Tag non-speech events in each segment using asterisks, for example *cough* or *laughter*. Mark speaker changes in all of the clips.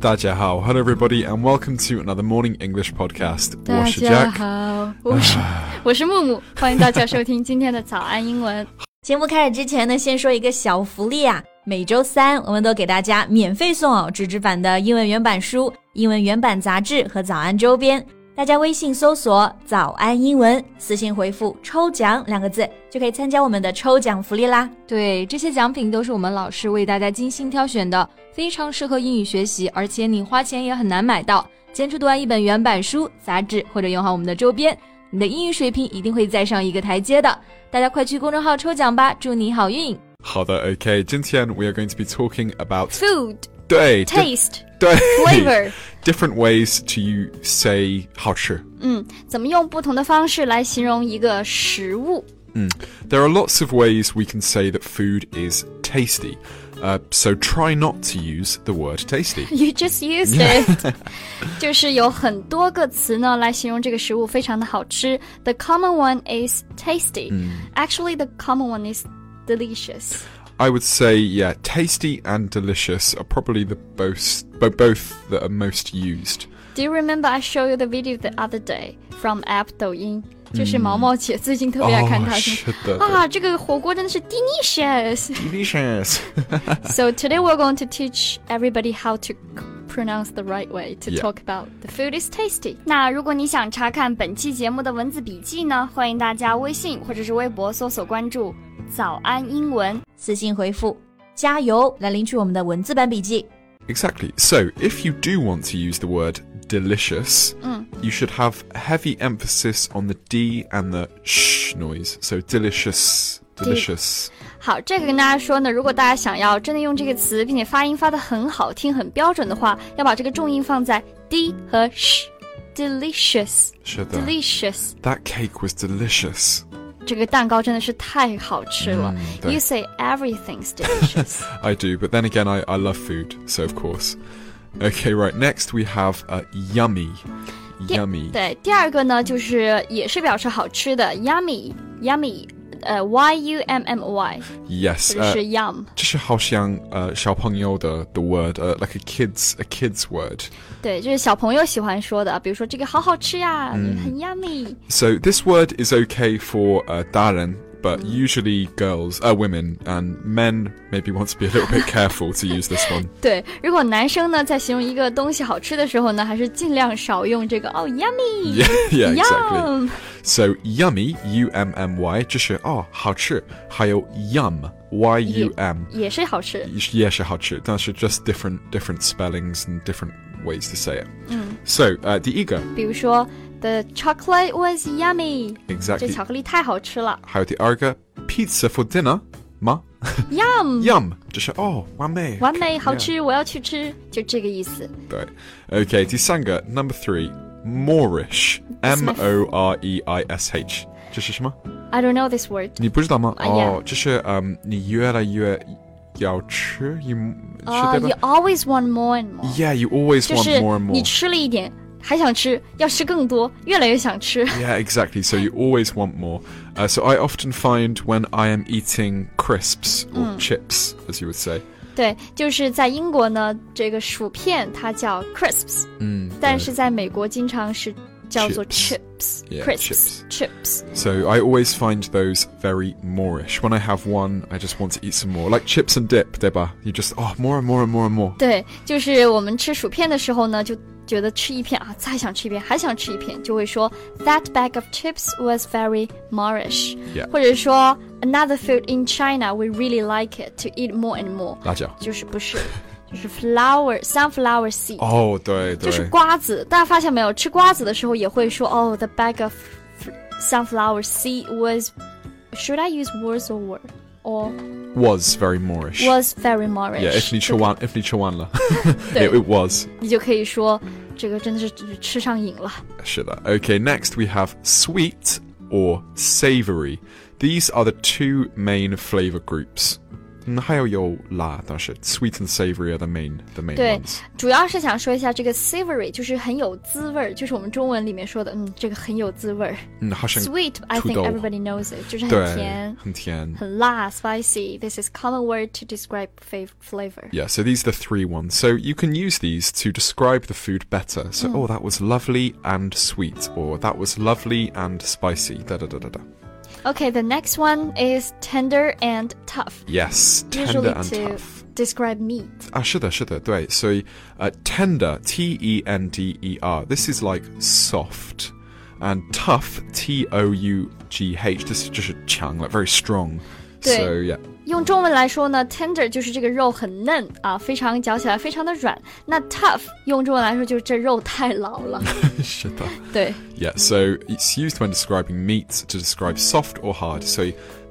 Speaker 1: 大家好, hello everybody, and welcome to another morning English podcast.
Speaker 2: 大
Speaker 1: 我是
Speaker 2: 家
Speaker 1: Jack，啊 Ah,
Speaker 2: 好，我是我是木 *laughs* 木，欢迎大家收听今天的早安英文。
Speaker 3: 节目开始之前呢，先说一个小福利啊！每周三我们都给大家免费送哦纸质版的英文原版书、英文原版杂志和早安周边。大家微信搜索“早安英文”，私信回复“抽奖”两个字，就可以参加我们的抽奖福利啦！
Speaker 4: 对，这些奖品都是我们老师为大家精心挑选的，非常适合英语学习，而且你花钱也很难买到。坚持读完一本原版书、杂志，或者用好我们的周边，你的英语水平一定会再上一个台阶的。大家快去公众号抽奖吧，祝你好运！
Speaker 1: 好的，OK，今天 we are going to be talking about
Speaker 2: Food,
Speaker 1: 对
Speaker 2: taste,
Speaker 1: 对
Speaker 2: flavor，
Speaker 1: different ways to say 好吃。
Speaker 2: 嗯，怎么用不同的方式来形容一个食物？
Speaker 1: There are lots of ways we can say that food is tasty. Uh, so try not to use the word tasty.
Speaker 2: You just used
Speaker 1: *laughs*
Speaker 2: it，就是有很多个词呢来形容这个食物非常的好吃。The common one is tasty.、
Speaker 1: 嗯
Speaker 2: Actually, the common one is delicious.
Speaker 1: I would say, yeah, tasty and delicious are probably the both, bo- both that are most used.
Speaker 2: Do you remember I showed you the video the other day from app 抖音？就是毛毛姐最近特别爱看她什么啊，这个火锅真的是
Speaker 1: *laughs*
Speaker 2: delicious。
Speaker 1: delicious.
Speaker 2: so today we're going to teach everybody how to pronounce the right way to
Speaker 1: Yeah.
Speaker 2: talk about the food is tasty. 那如果你想查看本期节目的文字笔记呢，欢迎大家微信或者是微博搜索关注“早安英文
Speaker 3: 私信回复“加油”来领取我们的文字版笔记。
Speaker 1: Exactly. So, if you do want to use the word delicious, you should have heavy emphasis on the D and the sh noise. So, delicious, delicious. ”。
Speaker 2: 好，这个跟大家说呢，如果大家想要真的用这个词，并且发音发的很好听、很标准的话，要把这个重音放在 d 和 sh。delicious,
Speaker 1: Should that.
Speaker 2: delicious，
Speaker 1: that cake was delicious.
Speaker 2: 这个蛋糕真的是太好吃了。
Speaker 1: 对
Speaker 2: you say everything's delicious.
Speaker 1: I do, but then again, I, I love food, so of course. Okay, right. Next, we have uh, yummy. Yummy.
Speaker 2: 对，第二个呢，就是也是表示好吃的，yummy yummy，呃，y u m m y，
Speaker 1: Yes.
Speaker 2: 或者
Speaker 1: uh,
Speaker 2: 是 yum，、
Speaker 1: 这是好像呃小朋友的 uh, the word uh, like a kids a kids word.
Speaker 2: 对，这是小朋友喜欢说的，比如说这个好好吃呀，很 yummy。
Speaker 1: So this word is okay for uh, Darren, but usually girls, uh, women, and men maybe want to be a little bit careful to use this one.
Speaker 2: 对，如果男生呢在形容一个东西好吃的时候呢，还是尽量少用这个哦
Speaker 1: Yeah,
Speaker 2: yummy
Speaker 1: yeah, exactly.
Speaker 2: yum。
Speaker 1: So yummy, U M M Y, 就是哦好吃，还有 yum, Y U M.
Speaker 2: 也是好吃，
Speaker 1: 也是好吃，但是 just different different spellings and different ways to say it. So uh, the ego
Speaker 2: 嗯比如说 the chocolate was yummy，这
Speaker 1: exactly.
Speaker 2: 巧克力太好吃了
Speaker 1: How the arga pizza for dinner? Ma
Speaker 2: ，yum，
Speaker 1: yum oh, 就是哦完美
Speaker 2: 完美好吃我要去吃，就这个意思。
Speaker 1: 对 OK 第三个 number three Moorish M O R E I S H Oh, 这是什么？
Speaker 2: I don't know this word。
Speaker 1: 你不知道吗？
Speaker 2: 啊，呀。
Speaker 1: um, 哦，就是嗯，你越来越要吃，you
Speaker 2: 啊、y o u
Speaker 1: 是对吧？
Speaker 2: always want more and more，
Speaker 1: Yeah, you always
Speaker 2: 就
Speaker 1: want
Speaker 2: 是
Speaker 1: more and
Speaker 2: 你
Speaker 1: more.
Speaker 2: 吃了一点，还想吃，要吃更多，越来越想吃。 *laughs*
Speaker 1: Yeah, exactly. So you always want more. Uh, so I often find when I am eating crisps or chips, as you would say.
Speaker 2: 对，就是在英国呢，这个薯片它叫 crisps，
Speaker 1: Mm,
Speaker 2: 但是在美国经常是叫做
Speaker 1: Chips
Speaker 2: chips，crisps
Speaker 1: Yeah,
Speaker 2: chips, chips。
Speaker 1: So I always find those very Moorish. When I have one, I just want to eat some more. Like chips and dip, deba. You just, oh, more and more and more and more.
Speaker 2: 对，就是我们吃薯片的时候呢，就觉得吃一片啊，再想吃一片，还想吃一片，就会说 That bag of chips was very Moorish，、
Speaker 1: Yeah.
Speaker 2: 或者说 Another food in China we really like it to eat more and more。
Speaker 1: 辣椒.
Speaker 2: 就是不是，就是 flower sunflower seed，、
Speaker 1: Oh, 对,
Speaker 2: 就是
Speaker 1: 对.
Speaker 2: 瓜子。大家发现没有？吃瓜子的时候也会说哦、t h e bag of f- sunflower seed was should I use was or were or
Speaker 1: Was very Moorish.
Speaker 2: was very Moorish。
Speaker 1: Yeah, if 你吃完, if
Speaker 2: *laughs*
Speaker 1: 你吃完了. *laughs* it, it was.
Speaker 2: 你就可以说这个真的是吃上瘾了。
Speaker 1: Shida. Okay, next we have sweet or savory. These are the two main flavor groups. 嗯还有有辣，但是 sweet and savory are the main the main
Speaker 2: 对
Speaker 1: ones。
Speaker 2: 主要是想说一下这个 savory，就是很有滋味儿，就是我们中文里面说的，嗯，这个很有滋味儿。
Speaker 1: 嗯，好像
Speaker 2: Sweet，I
Speaker 1: 土
Speaker 2: think
Speaker 1: 豆
Speaker 2: everybody knows it，就是很
Speaker 1: 对
Speaker 2: 甜，、
Speaker 1: 很甜。
Speaker 2: 很辣，spicy。This is common word to describe fav flavor。
Speaker 1: Yeah, so these are the three ones. So you can use these to describe the food better.
Speaker 2: Hmm.
Speaker 1: So, oh, that was lovely and sweet, or that was lovely and spicy. Da da da da da.
Speaker 2: Okay，the next one is tender and tough。
Speaker 1: Yes, tender
Speaker 2: Usually
Speaker 1: and
Speaker 2: to
Speaker 1: tough.
Speaker 2: describe meat。
Speaker 1: Ah, shoulda, shoulda, 对. So, uh, tender, T E N D E R. This is like soft. And tough, T O U G H. This is just a chang, like very strong.
Speaker 2: 对。
Speaker 1: So, yeah.
Speaker 2: 用中文来说呢，tender 就是这个肉很嫩啊，非常嚼起来非常的软。那 tough 用中文来说就是这肉太老
Speaker 1: *laughs*
Speaker 2: 了。
Speaker 1: shoulda.
Speaker 2: 对
Speaker 1: Yeah, so it's used when describing meat to describe soft or hard. So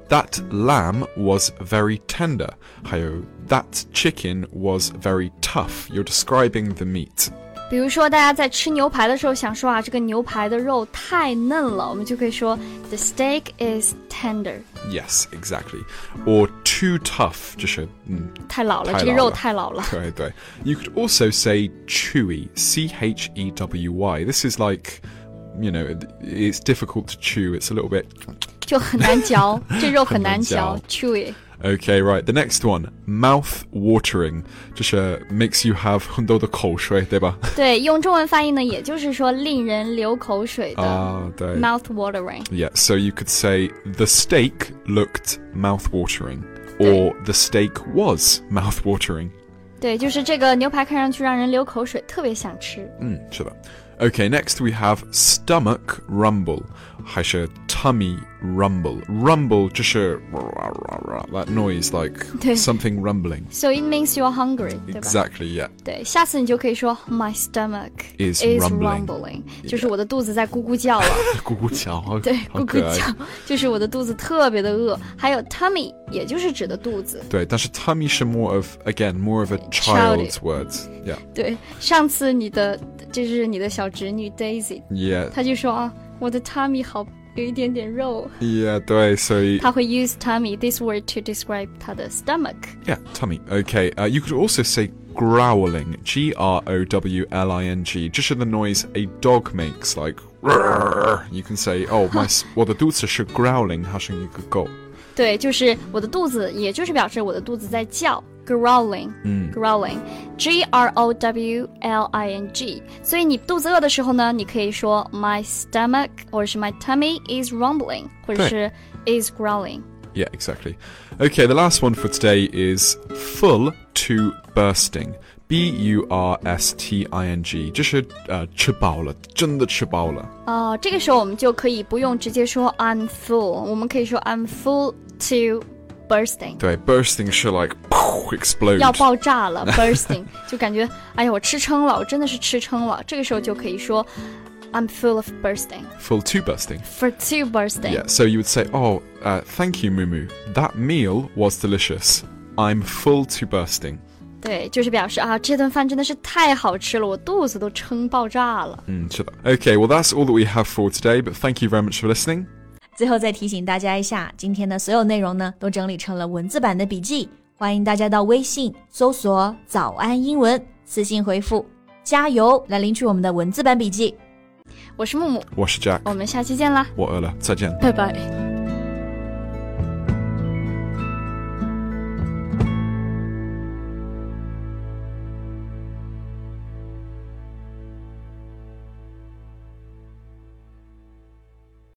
Speaker 1: that lamb was very tender. 还有 that chicken was very tough. You're describing the meat.
Speaker 2: 比如说大家在吃牛排的时候想说啊，这个牛排的肉太嫩了，我们就可以说 the steak is tender，
Speaker 1: Yes, exactly. Or too tough. mm, 就是嗯
Speaker 2: 太老了，
Speaker 1: 太
Speaker 2: 这个
Speaker 1: 老
Speaker 2: 肉
Speaker 1: 了
Speaker 2: 太老了。
Speaker 1: 对对。You could also say chewy. C H E W Y. This is like, you know, it- it's difficult to chew. It's a little bit
Speaker 2: 就很难嚼，
Speaker 1: *laughs*
Speaker 2: 这肉很难嚼
Speaker 1: 很难
Speaker 2: ，chewy。
Speaker 1: Okay, right. The next one, mouth watering. Just uh, makes you have 很多的口水，对吧？
Speaker 2: *laughs* 对，用中文翻译呢，也就是说令人流口水的、
Speaker 1: 啊，对。
Speaker 2: mouth watering。
Speaker 1: Ah, Yeah, so you could say the steak looked mouth watering, or the steak was mouth watering.
Speaker 2: 对，就是这个牛排看上去让人流口水，特别想吃。
Speaker 1: Hmm, Okay, next we have stomach rumble. 还是 tummy rumble. Rumble 就是 that noise like
Speaker 2: 对。
Speaker 1: something rumbling.
Speaker 2: So it means you're hungry，对吧
Speaker 1: Exactly, yeah.
Speaker 2: 对，下次你就可以说 My stomach
Speaker 1: Is
Speaker 2: rumbling，,
Speaker 1: rumbling.
Speaker 2: 就是我的肚子在咕咕叫了。
Speaker 1: 咕咕叫，好-
Speaker 2: 对，咕咕
Speaker 1: 好可爱。
Speaker 2: 叫，就是我的肚子特别的饿。还有 tummy，也就是指的肚子。
Speaker 1: 对，但是 tummy 是 more of again more of a child's words. Yeah,
Speaker 2: 对，上次你的就是你的小侄女 Daisy，
Speaker 1: yeah,
Speaker 2: 她就说啊，我的 tummy 好有一点点肉。
Speaker 1: yeah. 对，所以
Speaker 2: 她会 use tummy this word to describe 她的 stomach。
Speaker 1: yeah, tummy. Okay, uh, you could also say growling. G R O W L I N G. Just the noise a dog makes, like. "Grrr." You can say, "Oh, my, s- well, the dudes are growling." How should you could go?
Speaker 2: 对，就是我的肚子，也就是表示我的肚子在叫，growling，嗯，growling，g r o w l i n g。所以你肚子饿的时候呢，你可以说 my stomach，或者是 my tummy is rumbling，或
Speaker 1: 对
Speaker 2: 者是 is growling。
Speaker 1: Yeah, exactly. Okay, the last one for today is full to bursting. B U R S T I N G. uh, 就是呃吃饱了，真的吃饱了。
Speaker 2: 哦、这个时候我们就可以不用直接说 I'm full，我们可以说 I'm full to bursting。
Speaker 1: 对，bursting 是 like *laughs* explode，
Speaker 2: 要爆炸了，bursting，就 *laughs* 感觉哎呀，我吃撑了，我真的是吃撑了。这个时候就可以说，I'm full of bursting
Speaker 1: full to bursting。
Speaker 2: for two bursting。
Speaker 1: Yeah, so you would say, oh, uh, thank you, Mumu. That meal was delicious. I'm full to bursting.
Speaker 2: 对，就是表示啊，这顿饭真的是太好吃了，我肚子都撑爆炸了。
Speaker 1: Mm, 是的 okay, well, that's all that we have for today, but thank you very much for listening.
Speaker 3: 最后再提醒大家一下，今天的所有内容呢，都整理成了文字版的笔记，欢迎大家到微信搜索“早安英文”，私信回复“加油”来领取我们的文字版笔记。
Speaker 2: 我是木木，
Speaker 1: 我是 Jack，
Speaker 2: 我们下期见啦，
Speaker 1: 我饿了，再见。
Speaker 2: 拜拜。